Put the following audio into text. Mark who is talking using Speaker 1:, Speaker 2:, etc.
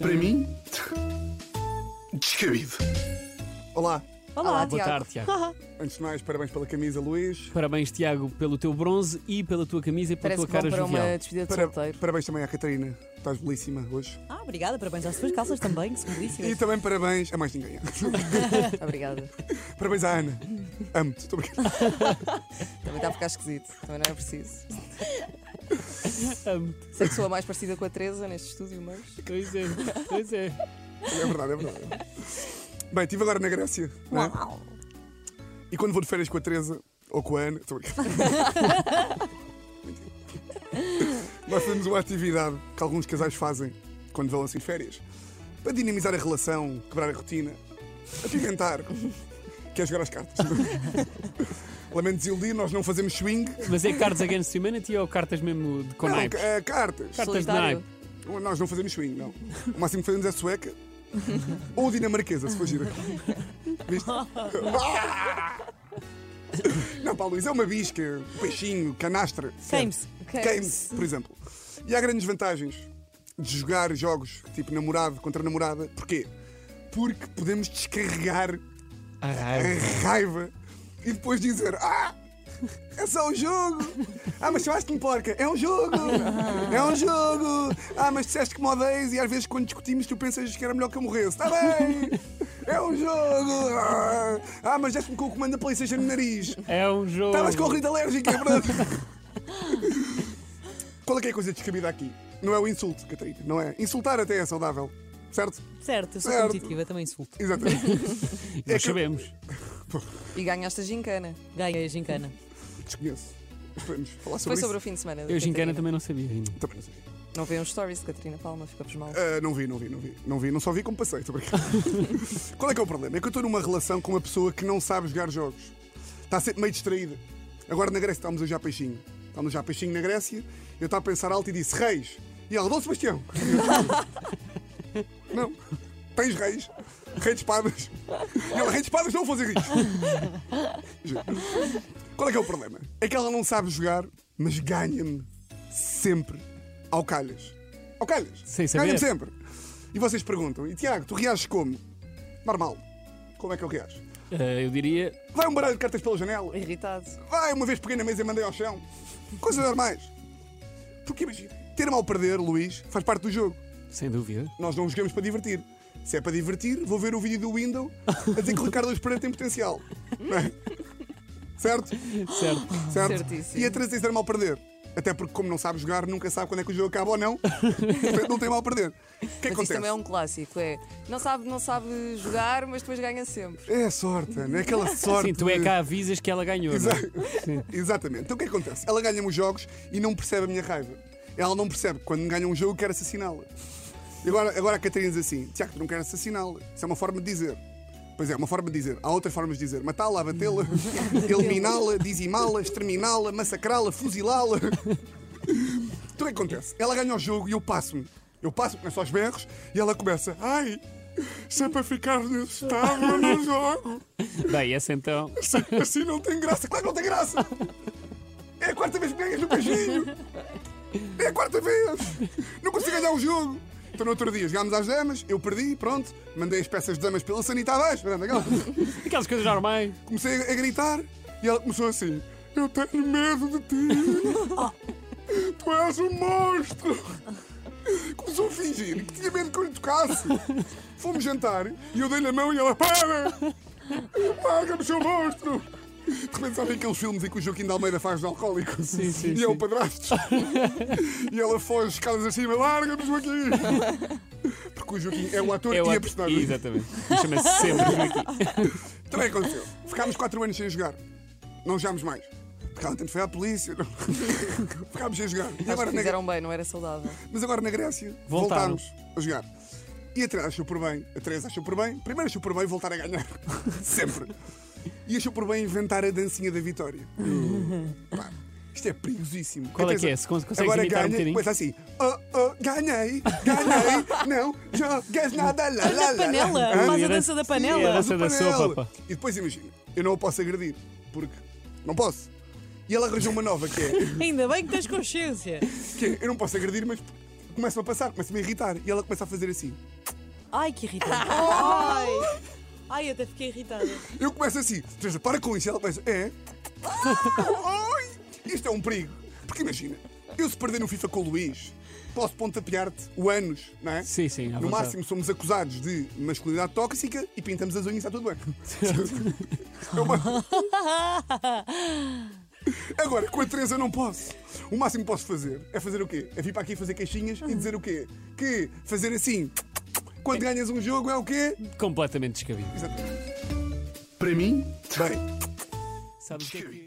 Speaker 1: Para mim, descabido.
Speaker 2: Olá,
Speaker 3: Olá,
Speaker 4: Olá, Ah, boa
Speaker 3: Tiago.
Speaker 4: tarde, Tiago.
Speaker 2: antes de mais, parabéns pela camisa, Luís.
Speaker 4: Parabéns, Tiago, pelo teu bronze e pela tua camisa e pela
Speaker 3: Parece
Speaker 4: tua
Speaker 3: que vão
Speaker 4: cara
Speaker 3: para
Speaker 4: jovial.
Speaker 3: uma despedida de
Speaker 2: Para- um
Speaker 3: solteiro.
Speaker 2: parabéns também à Catarina, estás belíssima hoje.
Speaker 5: Ah, obrigada, parabéns às suas calças também, que são
Speaker 2: E
Speaker 5: belíssimas.
Speaker 2: também parabéns a mais ninguém.
Speaker 3: Obrigada.
Speaker 2: parabéns à Ana. Amo-te, estou brincando.
Speaker 3: Também está a ficar esquisito. Também não é preciso.
Speaker 4: Amo-te.
Speaker 3: Sei que sou a mais parecida com a Teresa neste estúdio, mas.
Speaker 4: Pois é, pois é.
Speaker 2: É verdade, é verdade. Bem, estive agora na Grécia. não é?
Speaker 3: Uau!
Speaker 2: E quando vou de férias com a Teresa ou com a Ana, estou brincando. Nós fazemos uma atividade que alguns casais fazem quando vão assim de férias para dinamizar a relação, quebrar a rotina, apimentar. que é jogar as cartas. Lamento desiludir, nós não fazemos swing.
Speaker 4: Mas é Cards Against Humanity ou cartas mesmo de com
Speaker 2: não,
Speaker 4: naipes?
Speaker 2: eh, cartas.
Speaker 4: Cartas de
Speaker 3: Solitário.
Speaker 4: naipe.
Speaker 2: Nós não fazemos swing, não. O máximo que fazemos é sueca ou dinamarquesa, se for gira. Viste? Ah! Não, Paulo Luís, é uma bisca, um peixinho, canastra.
Speaker 5: Games.
Speaker 2: Games, por exemplo. E há grandes vantagens de jogar jogos tipo namorado contra namorada. Porquê? Porque podemos descarregar
Speaker 4: Ah, raiva.
Speaker 2: a raiva e depois dizer: Ah! É só um jogo! Ah, mas chamaste-me porca! É um jogo! É um jogo! Ah, mas disseste que me odeias e às vezes quando discutimos tu pensas que era melhor que eu morresse. Está bem! É um jogo! Ah, Ah, mas deste-me com o comando da PlayStation no nariz.
Speaker 4: É um jogo.
Speaker 2: Estavas com rinite alérgica, é verdade. Qual é que é a coisa descabida aqui? Não é o insulto, Catarina, não é? Insultar até é saudável, certo?
Speaker 5: Certo, eu sou
Speaker 2: Certo.
Speaker 5: competitiva, também insulto.
Speaker 2: Exatamente.
Speaker 4: Nós
Speaker 2: É que-
Speaker 4: sabemos.
Speaker 3: E ganhaste a gincana.
Speaker 5: Ganhei a gincana.
Speaker 2: Desconheço. Mas Podemos falar sobre
Speaker 3: Foi
Speaker 2: isso.
Speaker 3: sobre o fim de semana. da
Speaker 4: Eu gincana
Speaker 3: Catarina.
Speaker 4: também não sabia ainda.
Speaker 2: Também não sabia.
Speaker 3: Não vêem os stories de Catarina Palma, ficamos mal.
Speaker 2: Ah, não vi, não vi, não vi. Não vi, não só vi como passei, estou brincando. Qual é que é o problema? É que eu estou numa relação com uma pessoa que não sabe jogar jogos. Está sempre meio distraída. Agora na Grécia estávamos a já peixinho. Estávamos a já peixinho na Grécia, eu estava a pensar alto e disse reis. E ela, Dom Sebastião. não, tens reis. Rei de espadas. E ela, rei de espadas, não vou fazer isso. Qual é que é o problema? É que ela não sabe jogar, mas ganha-me sempre ao calhas. Ao calhas.
Speaker 4: Sem saber.
Speaker 2: Ganha-me sempre. E vocês perguntam, e Tiago, tu reages como? Normal. Como é que eu reajo?
Speaker 4: Ah, eu diria.
Speaker 2: Vai um baralho de cartas pela janela.
Speaker 3: Irritado.
Speaker 2: Vai, uma vez peguei na mesa e mandei ao chão. Coisas normais. Porque imagina, ter mal perder, Luís, faz parte do jogo.
Speaker 4: Sem dúvida.
Speaker 2: Nós não jogamos para divertir. Se é para divertir, vou ver o vídeo do Windows a dizer que o Ricardo Luís Pereira tem potencial. Não é? Certo?
Speaker 4: Certo.
Speaker 2: Certo?
Speaker 3: Certíssimo.
Speaker 2: E a Teresa tem zero mal perder. Até porque, como não sabe jogar, nunca sabe quando é que o jogo acaba ou não. Portanto, não tem mal perder. O que é que
Speaker 3: Mas isso
Speaker 2: acontece?
Speaker 3: também é um clássico, é. Não sabe, não sabe jogar, mas depois ganha sempre.
Speaker 2: É sorte, Ana, é aquela sorte.
Speaker 4: Sim, tu é
Speaker 2: de-
Speaker 4: que a avisas que ela ganhou. não é?
Speaker 2: Exa- Exatamente. Então o que é que acontece? Ela ganha-me os jogos e não percebe a minha raiva. Ela não percebe que quando me ganha um jogo quer assassiná-la. E agora, agora a Catarina diz assim: Tiago, tu não queres assassiná-la. Isso é uma forma de dizer. Pois é, uma forma de dizer. Há outras formas de dizer: matá-la, abatê-la, eliminá-la, dizimá-la, exterminá-la, massacrá-la, fuzilá-la. Então o que é que acontece? Ela ganha o jogo e eu passo-me. Eu passo, começo aos berros e ela começa: Ai, se é para ficar nesse estado, eu não jogo.
Speaker 4: Bem, essa então.
Speaker 2: Assim, assim não tem graça. Claro que não tem graça. É a quarta vez que ganhas no beijinho. É a quarta vez. Não consigo ganhar o jogo. Então, no outro dia, jogámos às damas, eu perdi, pronto. Mandei as peças de damas pela sanita abaixo. Fernando, aquela.
Speaker 4: Aquelas coisas normais.
Speaker 2: Comecei a gritar e ela começou assim: Eu tenho medo de ti. Tu és um monstro. Começou a fingir que tinha medo que eu lhe tocasse. Fomos jantar e eu dei-lhe a mão e ela: Para! Paga-me, seu monstro! De repente sabem aqueles filmes em que o Joaquim de Almeida faz de alcoólico
Speaker 4: Sim, sim,
Speaker 2: e é o
Speaker 4: sim.
Speaker 2: padrasto. e ela foge escadas acima, larga-me Joaquim! Porque o Joaquim é o ator
Speaker 4: É
Speaker 2: e
Speaker 4: o
Speaker 2: a
Speaker 4: ato-
Speaker 2: personagem.
Speaker 4: Exatamente. Chama-se sempre aqui.
Speaker 2: Também aconteceu. Ficámos 4 anos sem jogar. Não jogámos mais. Porque ela tentou foi à polícia. não- Ficámos sem jogar. E
Speaker 3: Acho
Speaker 2: agora
Speaker 3: que
Speaker 2: na...
Speaker 3: fizeram bem, não era saudável.
Speaker 2: Mas agora na Grécia
Speaker 4: Voltaram.
Speaker 2: voltámos a jogar. E a Teresa achou por bem. A Teresa achou por bem. Primeiro achou por bem voltar a ganhar. Sempre. E achou por bem inventar a dancinha da vitória. Pá, isto é perigosíssimo.
Speaker 4: Qual
Speaker 2: A
Speaker 4: é que
Speaker 2: Teresa
Speaker 4: é? Se cons- consegues
Speaker 2: Agora
Speaker 4: imitar
Speaker 2: ganha,
Speaker 4: um bocadinho?
Speaker 2: depois assim: oh, oh, ganhei, ganhei, não jogas nada, lá, lá, lá,
Speaker 5: Da
Speaker 2: lá.
Speaker 5: panela!
Speaker 2: Hã?
Speaker 5: Faz a
Speaker 4: Era-
Speaker 5: dança da
Speaker 4: Era a
Speaker 5: panela!
Speaker 4: dança da
Speaker 2: panela.
Speaker 4: sopa, pá.
Speaker 2: E depois imagina, eu não a posso agredir, porque não posso. E ela arranjou uma nova que é,
Speaker 5: Ainda bem que tens consciência!
Speaker 2: que é, eu não posso agredir, mas começa a passar, começa-me a irritar. E ela começa a fazer assim.
Speaker 5: Ai, que irritante. Ai. Ai, eu até fiquei irritada.
Speaker 2: Eu começo assim, Teresa, para com isso. E ela começa, é? Ai, isto é um perigo. Porque imagina, eu se perder no FIFA com o Luís, posso pontapear-te o anos, não é?
Speaker 4: Sim, sim, à
Speaker 2: No
Speaker 4: vontade.
Speaker 2: máximo somos acusados de masculinidade tóxica e pintamos as unhas, está tudo bem. É uma- Agora, com a Teresa não posso. O máximo que posso fazer é fazer o quê? É vir para aqui fazer queixinhas e dizer o quê? Que fazer assim, quando ganhas um jogo é o quê?
Speaker 4: Completamente descabido.
Speaker 2: Exatamente.
Speaker 1: Para mim,
Speaker 2: Bem,
Speaker 4: Sabes o que é que.